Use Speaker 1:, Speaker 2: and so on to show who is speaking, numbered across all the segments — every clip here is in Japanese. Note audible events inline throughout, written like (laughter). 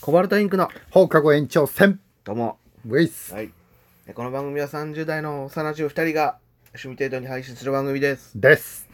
Speaker 1: コバルトインクの
Speaker 2: 放課後延長戦
Speaker 1: どうも、
Speaker 2: ウェイス
Speaker 1: はい、この番組は30代の幼馴染2人が趣味程度に配信する番組です
Speaker 2: です。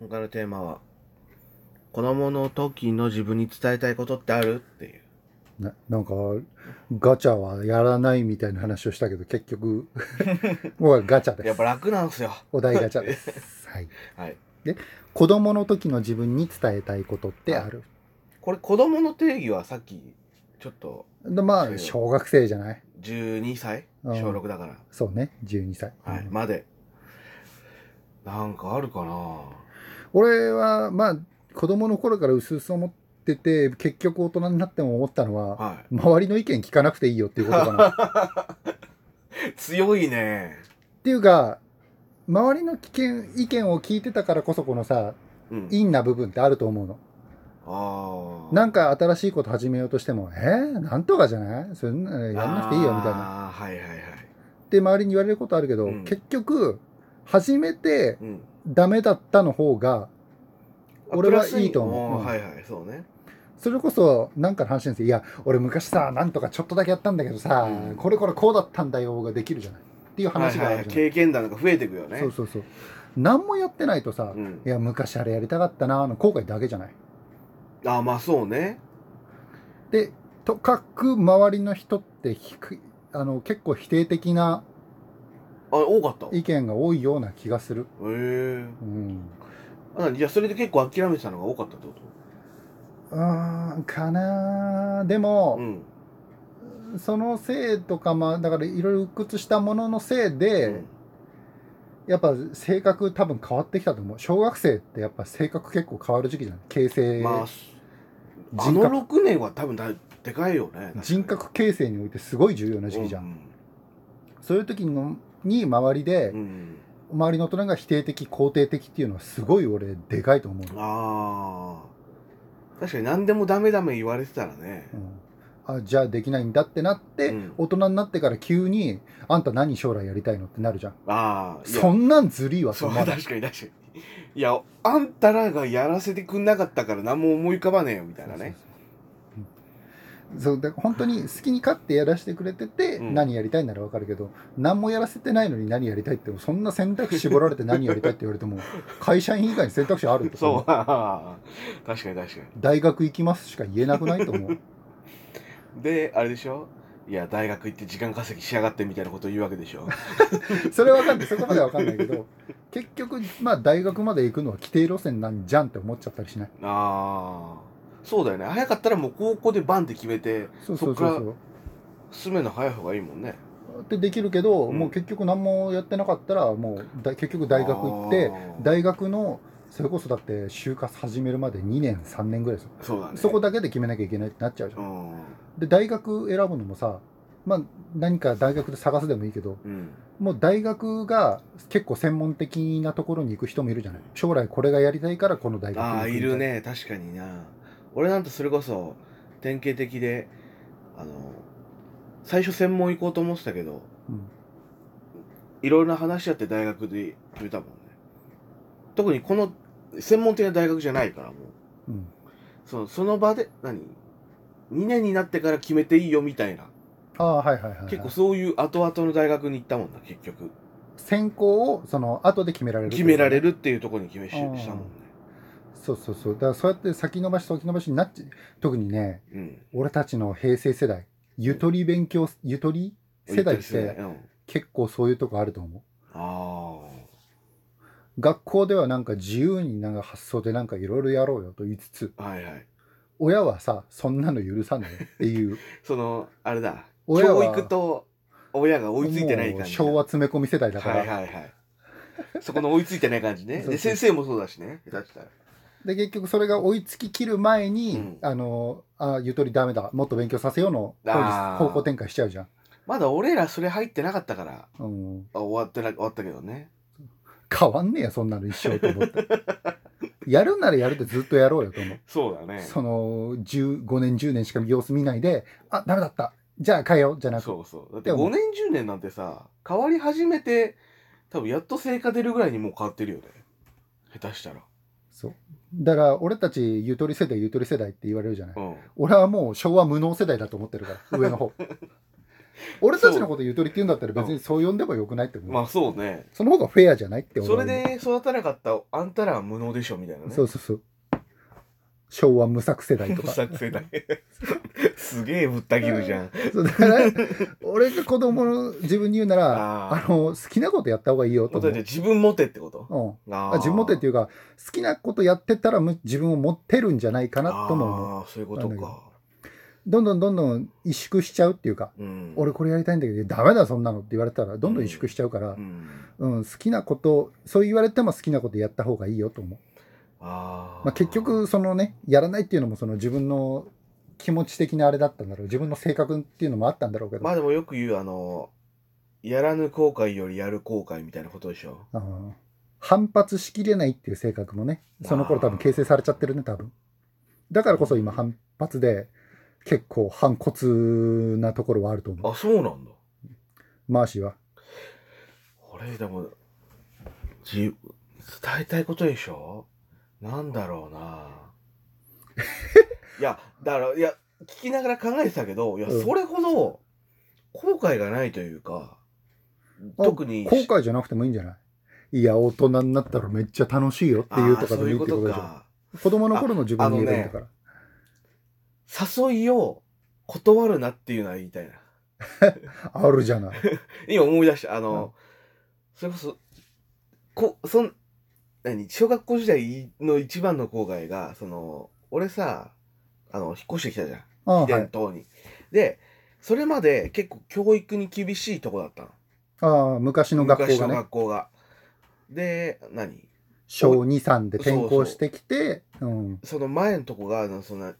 Speaker 1: 今回のテーマは子供の時の自分に伝えたいことってあるっていう
Speaker 2: ななんかガチャはやらないみたいな話をしたけど
Speaker 1: (laughs)
Speaker 2: 結局もうガチャで
Speaker 1: やっ
Speaker 2: す
Speaker 1: ぱ。楽なんですよ
Speaker 2: お題ガチ
Speaker 1: (laughs)
Speaker 2: ャです。はい。
Speaker 1: はい
Speaker 2: 子供の時の自分に伝えたいことってある。
Speaker 1: これ子供の定義はさっきちょっと
Speaker 2: でま
Speaker 1: そう
Speaker 2: あ小学生じゃない。
Speaker 1: 12歳
Speaker 2: うん
Speaker 1: 小6だから、
Speaker 2: そうね、12歳。
Speaker 1: はい
Speaker 2: うん
Speaker 1: までなんかあるかな
Speaker 2: 俺はまあ子供の頃から薄々思ってて結局大人になっても思ったのは、
Speaker 1: は
Speaker 2: 周りの意見聞かなくていいよっていうことかな。っ
Speaker 1: い強いね
Speaker 2: ていうか周りの危険意見を聞いてたからこそこのさ
Speaker 1: うん
Speaker 2: 陰な部分ってあると思うの。
Speaker 1: ああ
Speaker 2: なんか新しいこと始めようとしても、えー、なんとかじゃないそんなやんなくていいよみたいな。
Speaker 1: あーはいはいはい
Speaker 2: って周りに言われることあるけど、
Speaker 1: うん
Speaker 2: 結局、始めて
Speaker 1: うん
Speaker 2: ダメだったの方が、
Speaker 1: あ
Speaker 2: 俺は
Speaker 1: プラスに
Speaker 2: いいと
Speaker 1: あ
Speaker 2: 思う
Speaker 1: ー
Speaker 2: うん
Speaker 1: はいはいそうね
Speaker 2: それこそなんかの話なんですよ。いや、俺昔さ、なんとかちょっとだけやったんだけどさ、
Speaker 1: うん
Speaker 2: これこれこうだったんだよができるじゃないっていう話があ
Speaker 1: はい
Speaker 2: る
Speaker 1: はい
Speaker 2: じゃな
Speaker 1: 経
Speaker 2: い。
Speaker 1: 験談が増えていくよね
Speaker 2: そうそうそう。何もやってないとさ、
Speaker 1: うん
Speaker 2: いや、昔あれやりたかったな、の後悔だけじゃない。
Speaker 1: あーまあそうね
Speaker 2: で、とかく周りの人ってひくあの結構否定的な
Speaker 1: あ多かったへ
Speaker 2: 意見が多いような気がする。
Speaker 1: え
Speaker 2: うん、
Speaker 1: あじゃあそれで結構諦めてたのが多かったってこ
Speaker 2: うーんかなーで
Speaker 1: と
Speaker 2: も
Speaker 1: う、ん
Speaker 2: そのせいとかまあだからいろいろ鬱屈したもののせいで、
Speaker 1: うん
Speaker 2: やっぱ性格多分変わってきたと思う小学生ってやっぱ性格結構変わる時期じゃない形成、
Speaker 1: まああ
Speaker 2: 人格
Speaker 1: の6年は多分だでかいよね
Speaker 2: 人格形成においてすごい重要な
Speaker 1: の
Speaker 2: 時期じゃん、
Speaker 1: ん
Speaker 2: そういう時のに周りで、
Speaker 1: うん
Speaker 2: 周りの大人が否定的肯定的っていうのはすごい俺でかいと思う、
Speaker 1: ああ確かに何でもダメダメ言われてたらね
Speaker 2: うんあじゃあできないんだってなって、
Speaker 1: うん
Speaker 2: 大人になってから急にあんた何将来やりたいのってなるじゃん
Speaker 1: ああいや
Speaker 2: そんなんずりーわ
Speaker 1: そう
Speaker 2: ま
Speaker 1: 確
Speaker 2: だ
Speaker 1: かに確かにいやあんたらがやらせてくんなかったから何も思い浮かばねえよみたいなね
Speaker 2: そうで本当に好きに勝ってやらせてくれてて、
Speaker 1: うん
Speaker 2: 何やりたいなら分かるけど何もやらせてないのに何やりたいってそんな選択肢絞られて何やりたいって言われても会社員以外に選択肢あると
Speaker 1: そう (laughs) 確かに確か
Speaker 2: 大学行きますしか言えなくないと
Speaker 1: (laughs)
Speaker 2: 思う
Speaker 1: にであれでしょいや大学行って時間稼ぎしやがってみたいなこと言うわけでしょ
Speaker 2: それは分かんないそこまでは分かんないけど結局まあ大学まで行くのは規定路線なんじゃんって思っちゃったりしない
Speaker 1: ああそうだよね早かったらもう高校でバンって決めて
Speaker 2: そうそうそう
Speaker 1: そっ
Speaker 2: そう
Speaker 1: 進めるの早い方がいいもんね
Speaker 2: ってできるけど、
Speaker 1: うん
Speaker 2: もう結局何もやってなかったらもうだ結局大学行って
Speaker 1: あー
Speaker 2: 大学のそれこそだって就活始めるまで2年3年ぐらいですよ
Speaker 1: そうだね
Speaker 2: そこだけで決めなきゃいけないってなっちゃうじゃ
Speaker 1: うんん
Speaker 2: で大学選ぶのもさまあ何か大学で探すでもいいけど
Speaker 1: うん
Speaker 2: もう大学が結構専門的なところに行く人もいるじゃない将来これがやりたいからこの大学に行
Speaker 1: あ
Speaker 2: く
Speaker 1: あいるね確かにな俺なんてそれこそ典型的であの最初専門行こうと思ってたけど
Speaker 2: うん
Speaker 1: いろいろな話し合って大学で決めたもんね特にこの専門的な大学じゃないからもう
Speaker 2: うん
Speaker 1: そのその場で何2年になってから決めていいよみたいな
Speaker 2: ああはいはいはい、はい、
Speaker 1: 結構そういう後々の大学に行ったもんな結局
Speaker 2: 専攻をその後で決められる
Speaker 1: 決められ
Speaker 2: る
Speaker 1: るっていうところに決めししたもんね
Speaker 2: そうそうそうだからそうやって先延ばし先延ばしになっち特にね
Speaker 1: うん
Speaker 2: 俺たちの平成世代ゆとり勉強ゆとり世代っ
Speaker 1: 世代
Speaker 2: て
Speaker 1: うん
Speaker 2: 結構そういうとこあると思う
Speaker 1: あ
Speaker 2: 学校ではなんか自由になんか発想でなんかいろいろやろうよと言いつつ
Speaker 1: あはいはい
Speaker 2: 親はさそんなの許さないっていう
Speaker 1: そのあれだ (laughs)
Speaker 2: 親
Speaker 1: 教
Speaker 2: は
Speaker 1: 育と親が追いついてない
Speaker 2: も
Speaker 1: 感
Speaker 2: う
Speaker 1: じ
Speaker 2: 昭和詰め込み世代だから、
Speaker 1: はいはいはいそこの追いついてない感じね
Speaker 2: (laughs) そうそ
Speaker 1: で
Speaker 2: う
Speaker 1: 先生もそうだしね下手したら
Speaker 2: で結局それが追いつききる前に、
Speaker 1: うん
Speaker 2: あのあゆとりダメだもっと勉強させようの方に
Speaker 1: あー
Speaker 2: 方向転換しちゃうじゃん、
Speaker 1: まだ俺らそれ入ってなかったから
Speaker 2: うん、
Speaker 1: あ終わってな終わったけどね
Speaker 2: 変わんねえよそんなの一生と思って
Speaker 1: (laughs)
Speaker 2: やるならやるってずっとやろうよと思う
Speaker 1: そうだね
Speaker 2: その15年10年しか様子見ないであダメだったじゃあ変えようじゃなく
Speaker 1: そうそうだって
Speaker 2: でも
Speaker 1: 5年10年なんてさ変わり始めて多分やっと成果出るぐらいにもう変わってるよね下手したら
Speaker 2: そうだから俺たちゆとり世代ゆとり世代って言われるじゃない
Speaker 1: うん
Speaker 2: 俺はもう昭和無能世代だと思ってる
Speaker 1: (laughs)
Speaker 2: から上の方俺たちのことゆとりって言うんだったら別にそう呼んでもよくないって思う、
Speaker 1: まあそうね
Speaker 2: その方がフェアじゃないって俺
Speaker 1: そ
Speaker 2: は
Speaker 1: れ
Speaker 2: 思う
Speaker 1: で育たなかったあんたらは無能でしょみたいなね
Speaker 2: そうそうそう昭和無作
Speaker 1: (laughs)
Speaker 2: 世代とか
Speaker 1: 作世代すげえぶった切るじゃん
Speaker 2: (laughs) そうだから俺が子供の自分に言うなら
Speaker 1: あ
Speaker 2: あ
Speaker 1: ー
Speaker 2: の好きなことやった方がいいよ
Speaker 1: も
Speaker 2: と
Speaker 1: っ
Speaker 2: 思
Speaker 1: と
Speaker 2: う
Speaker 1: じゃあ自分持てってこと
Speaker 2: うん
Speaker 1: あ
Speaker 2: あ自分持てって
Speaker 1: い
Speaker 2: いうか好きなことやってたらむ自分を持ってるんじゃないかなとも思う
Speaker 1: ああそういうこと
Speaker 2: なんだ
Speaker 1: か
Speaker 2: どんどんどんどん萎縮しちゃうっていうか
Speaker 1: うん
Speaker 2: 俺これやりたいんだけどダメだそんなのって言われたらどんどん萎縮しちゃうから、
Speaker 1: うん
Speaker 2: うん、好きなこと、そう言われても好きなことやった方がいいよと思う。
Speaker 1: あー
Speaker 2: まあ、結局、そのね、やらないっていうのもその自分の気持ち的なあれだったんだろう。自分の性格っていうのもあったんだろうけど。
Speaker 1: まあでもよく言うあのやらぬ後悔よりやる後悔みたいなことでしょ
Speaker 2: うん反発しきれないっていう性格もね、その頃多分形成されちゃってるね、多分。だからこそ今反発で、結構反骨なところはあると思う。
Speaker 1: あそうなんだ
Speaker 2: マーシーは。
Speaker 1: 俺でもじ伝えたいことでしょなんだろう
Speaker 2: (laughs)
Speaker 1: ないやだからいや聞きながら考えてたけどいや、
Speaker 2: うん
Speaker 1: それほど後悔がないというか
Speaker 2: あ
Speaker 1: 特に
Speaker 2: 後悔じゃなくてもいいんじゃないいや、大人になったらめっちゃ楽しいよっていうとか
Speaker 1: あーそ
Speaker 2: でも
Speaker 1: う
Speaker 2: い
Speaker 1: い
Speaker 2: いうって
Speaker 1: こ
Speaker 2: こととでしょ。
Speaker 1: か
Speaker 2: 子供の頃の自分に言えばいいんだから。
Speaker 1: 誘いを断るなっていうのは言いたいな
Speaker 2: あるじゃない。
Speaker 1: (laughs) 今思い出したあの、それこそこそん何小学校時代の一番の後悔がその俺さあの引っ越してきたじゃん
Speaker 2: ああ、はい
Speaker 1: 伝。統に、でそれまで結構教育に厳しいとこだったの
Speaker 2: ああ、昔の学
Speaker 1: 昔
Speaker 2: 校が
Speaker 1: の
Speaker 2: ね、
Speaker 1: 学校がで何
Speaker 2: 小2、3で転校してきて、うん。
Speaker 1: その前のとこがあのそんな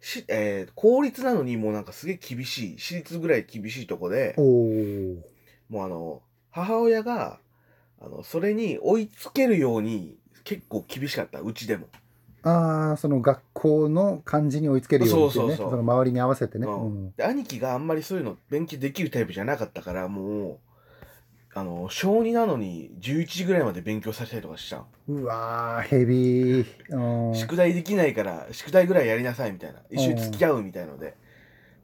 Speaker 1: し、えー公立なのにもうなんかすげえ厳しい私立ぐらい厳しいとこで
Speaker 2: おー
Speaker 1: もうあの母親があのそれに追いつけるように結構厳しかったうちでも
Speaker 2: ああ、その学校の感じに追いつけるようにっていうね、
Speaker 1: そうそうそう
Speaker 2: の周りに合わせてね。
Speaker 1: うん
Speaker 2: うん
Speaker 1: で兄貴があんまりそういうの勉強できるタイプじゃなかったからもうあの小2なのに11時ぐらいまで勉強させたりとかしたの
Speaker 2: うわー、ヘビー。うん
Speaker 1: 宿題できないから宿題ぐらいやりなさいみたいな一緒に付き合うみたいので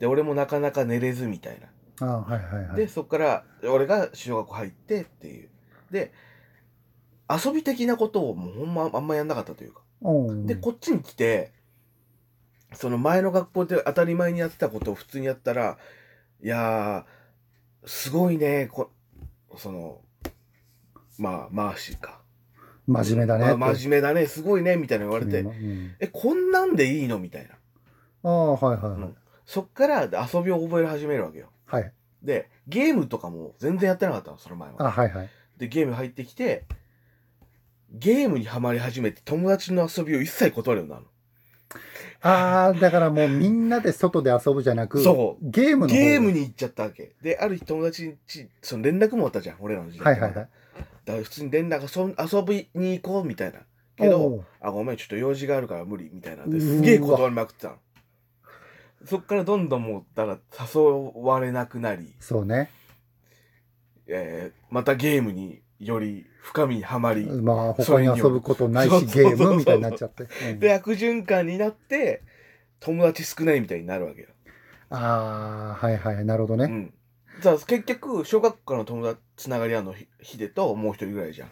Speaker 1: で俺もなかなか寝れずみたいな
Speaker 2: ああ、はいはいはい。
Speaker 1: でそっから俺が小学校入ってっていうで遊び的なことをもうほんまあんまやんなかったというか
Speaker 2: うん
Speaker 1: でこっちに来てその前の学校で当たり前にやってたことを普通にやったらいやーすごいねこそのまあマーシーか、
Speaker 2: 真面目だねって。
Speaker 1: まあ真面目だねすごいねみたいなの言われて、
Speaker 2: うん
Speaker 1: えこんなんでいいのみたいな
Speaker 2: ああ、はいはいはい。
Speaker 1: うんそっから遊びを覚え始めるわけよ
Speaker 2: はい。
Speaker 1: でゲームとかも全然やってなかったのその前は
Speaker 2: あはいはい。
Speaker 1: でゲーム入ってきてゲームにはまり始めて友達の遊びを一切断るようになるの
Speaker 2: ああ、だからもうみんなで外で遊ぶじゃなく、。
Speaker 1: そう
Speaker 2: ゲームの方
Speaker 1: ゲームに行っちゃったわけである日友達にちその連絡もあったじゃん俺らの時代
Speaker 2: は
Speaker 1: っ
Speaker 2: い
Speaker 1: て
Speaker 2: はいはい。
Speaker 1: だから普通に連絡そん遊びに行こうみたいなけど
Speaker 2: おー
Speaker 1: あごめんちょっと用事があるから無理みたいなん
Speaker 2: う
Speaker 1: で
Speaker 2: ーわ
Speaker 1: すげえ断りまくってたのそっからどんどんもうだから誘われなくなり、
Speaker 2: そうね。
Speaker 1: えーまたゲームにより深みにはまり、
Speaker 2: まあ、
Speaker 1: そ
Speaker 2: 他
Speaker 1: れ
Speaker 2: に
Speaker 1: による
Speaker 2: 遊ぶことない
Speaker 1: そう
Speaker 2: し、
Speaker 1: そう
Speaker 2: ゲ
Speaker 1: そう
Speaker 2: ー
Speaker 1: そう
Speaker 2: ムみたいになっちゃって。うん
Speaker 1: で悪循環になって友達少ないみたいになるわけよ、
Speaker 2: ああ、はいはい、なるほど
Speaker 1: う
Speaker 2: ね。
Speaker 1: ん、だから結局小学校からの友達つながりあるのひヒデともう一人ぐらいじゃん、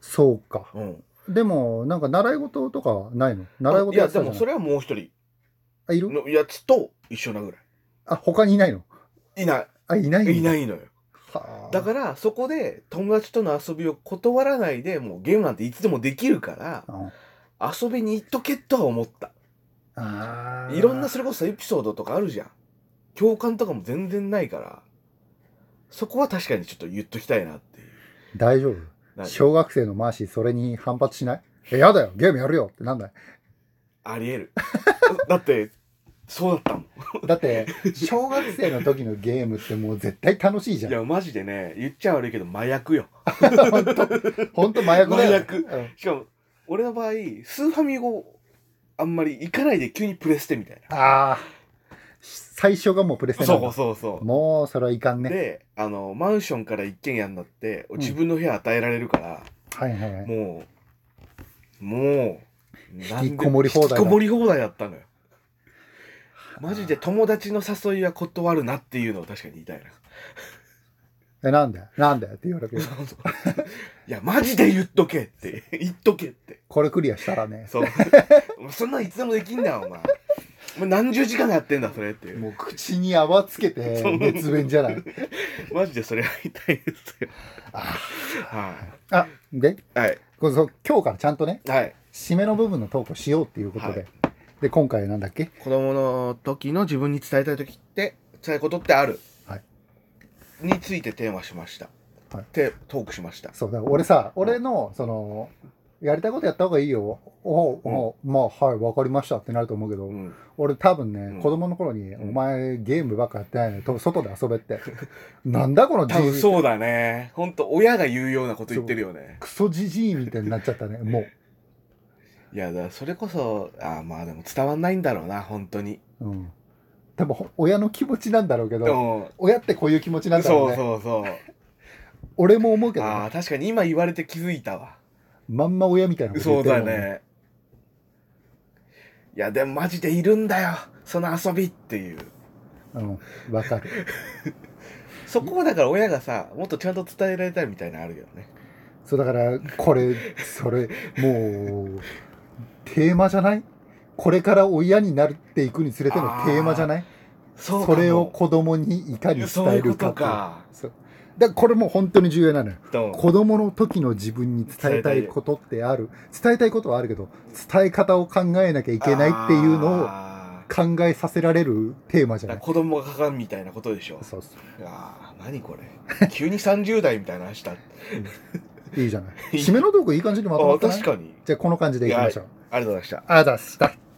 Speaker 2: そうか。
Speaker 1: うん、
Speaker 2: でも、なんか習い事とかはないの習い事
Speaker 1: い
Speaker 2: や
Speaker 1: や
Speaker 2: っ
Speaker 1: で
Speaker 2: てたじゃ
Speaker 1: もそ
Speaker 2: ん。
Speaker 1: れはもう一人
Speaker 2: あ、いる
Speaker 1: のやつと一緒なぐら
Speaker 2: あ、他にいないの
Speaker 1: いいな
Speaker 2: あ、いない。
Speaker 1: いいないいのよ
Speaker 2: はあ
Speaker 1: だからそこで友達との遊びを断らないでもうゲームなんていつでもできるから
Speaker 2: うん
Speaker 1: 遊びに行っとけとは思った
Speaker 2: あー
Speaker 1: いろんなそれこそエピソードとかあるじゃん共感とかも全然ないからそこは確かにちょっと言っときたいなっていう
Speaker 2: 大丈
Speaker 1: な
Speaker 2: 夫
Speaker 1: んか
Speaker 2: 小学生のマーシー、それに反発しないえ、やだよ、ゲームやるよってなんだよ。
Speaker 1: ありえる (laughs) だってそうだったもん
Speaker 2: だって、小学生の時のゲームってもう絶対楽しいじゃ
Speaker 1: い
Speaker 2: ん。
Speaker 1: やマジでね言っちゃ悪いけど麻薬よ
Speaker 2: 本当本当麻薬
Speaker 1: 麻
Speaker 2: だよ。
Speaker 1: 薬
Speaker 2: うん
Speaker 1: しかも俺の場合スーファミをあんまり行かないで急にプレステみたい
Speaker 2: ああ。最初がもうプレス
Speaker 1: な
Speaker 2: テ
Speaker 1: そ
Speaker 2: なんだ
Speaker 1: うそうそう、
Speaker 2: もうそれはいかんね。
Speaker 1: であのマンションから一軒家になって
Speaker 2: ん
Speaker 1: 自分の部屋与えられるから、
Speaker 2: はいはいはい。
Speaker 1: もうもう、なんで
Speaker 2: 引きこもり放題だ
Speaker 1: 引きこもり放題だったのよ。マジで友達の誘いは断るなっていうのを確かに言いたいな。
Speaker 2: え、なんだよなんだよって言われるけど、
Speaker 1: いや、マジで言っとけって。言っとけって。
Speaker 2: これクリアしたらね、
Speaker 1: そう。そんなんいつでもできんだよ、お前。お前何十時間やってんだ、それっていう。
Speaker 2: もう口に泡つけて
Speaker 1: そう
Speaker 2: 熱弁じ
Speaker 1: (laughs)
Speaker 2: ゃない。
Speaker 1: マジでそれは痛いですよ。
Speaker 2: あ
Speaker 1: は
Speaker 2: あ、で、
Speaker 1: い。はい。
Speaker 2: これそう今日からちゃんとね、
Speaker 1: はい。
Speaker 2: 締めの部分のトークをしようっていうことで。
Speaker 1: は
Speaker 2: で、今回なんだっけ
Speaker 1: 子供の時の自分に伝えたい時って、伝えることってある。
Speaker 2: はい
Speaker 1: についてテーマしました。
Speaker 2: はい
Speaker 1: で、トークしました。
Speaker 2: そう、だから俺さ、俺の、その、やりたいことやった方がいいよ。おお、まあ、はい、わかりましたってなると思うけど、
Speaker 1: うん。
Speaker 2: 俺多分ね、
Speaker 1: ん
Speaker 2: 子供の頃に、
Speaker 1: うん
Speaker 2: お前ゲームばっかやってないのにと外で遊べって。なんだこのじ
Speaker 1: 多分
Speaker 2: じい、
Speaker 1: そうだね。ほんと、親が言うようなこと言ってるよね。
Speaker 2: クソじじいみたいになっちゃったね、も
Speaker 1: いや、だからそれこそ、あーまあでも伝わんないんだろうな、本当に。
Speaker 2: う。うん。多分、ほ親の気持ちなんだろうけ
Speaker 1: う
Speaker 2: ど、
Speaker 1: ん。そ
Speaker 2: 親ってこういう気持ちなん
Speaker 1: う
Speaker 2: だろうね。
Speaker 1: そうそう。
Speaker 2: 俺も思うけどね、
Speaker 1: ああ、確かに今言われて気づいたわ。
Speaker 2: まんま親みたいなこと言
Speaker 1: そ
Speaker 2: っ
Speaker 1: う
Speaker 2: てる
Speaker 1: だ
Speaker 2: もん
Speaker 1: ね。いや、でもマジでいるんだよ。その遊びっていう。
Speaker 2: うん、わかる。
Speaker 1: そこをだから親がさ、もっとちゃんと伝えられたいみたいなのあるけどね。
Speaker 2: そうだからこれそれもうテーマじゃないこれから親になっていくにつれてのテーマじゃない
Speaker 1: そう
Speaker 2: そ
Speaker 1: かも
Speaker 2: れを子供にいかに
Speaker 1: そう
Speaker 2: 伝
Speaker 1: い
Speaker 2: え
Speaker 1: うこ
Speaker 2: るか
Speaker 1: と
Speaker 2: っていう
Speaker 1: か。
Speaker 2: そうだからこれも本当に重要なのよ
Speaker 1: どう
Speaker 2: 子供の時の自分に伝えたいことってある伝えたいことはあるけど伝え方を考えなきゃいけないっていうのを
Speaker 1: あー
Speaker 2: 考えさせられるテーマじ
Speaker 1: だ
Speaker 2: ゃ
Speaker 1: か
Speaker 2: な
Speaker 1: ら子
Speaker 2: い
Speaker 1: 供がかかんみたいなことでしょ。
Speaker 2: そうそ
Speaker 1: ああ、何これ。急に30代みたいな話 (laughs) だ。
Speaker 2: ういいじゃない
Speaker 1: いい
Speaker 2: 締めのトークいい感じにまと
Speaker 1: あ
Speaker 2: まっ
Speaker 1: あ、
Speaker 2: たね
Speaker 1: 確かに。
Speaker 2: じゃあこの感じでいきましょう
Speaker 1: ありがとうございました。
Speaker 2: ありがとうございました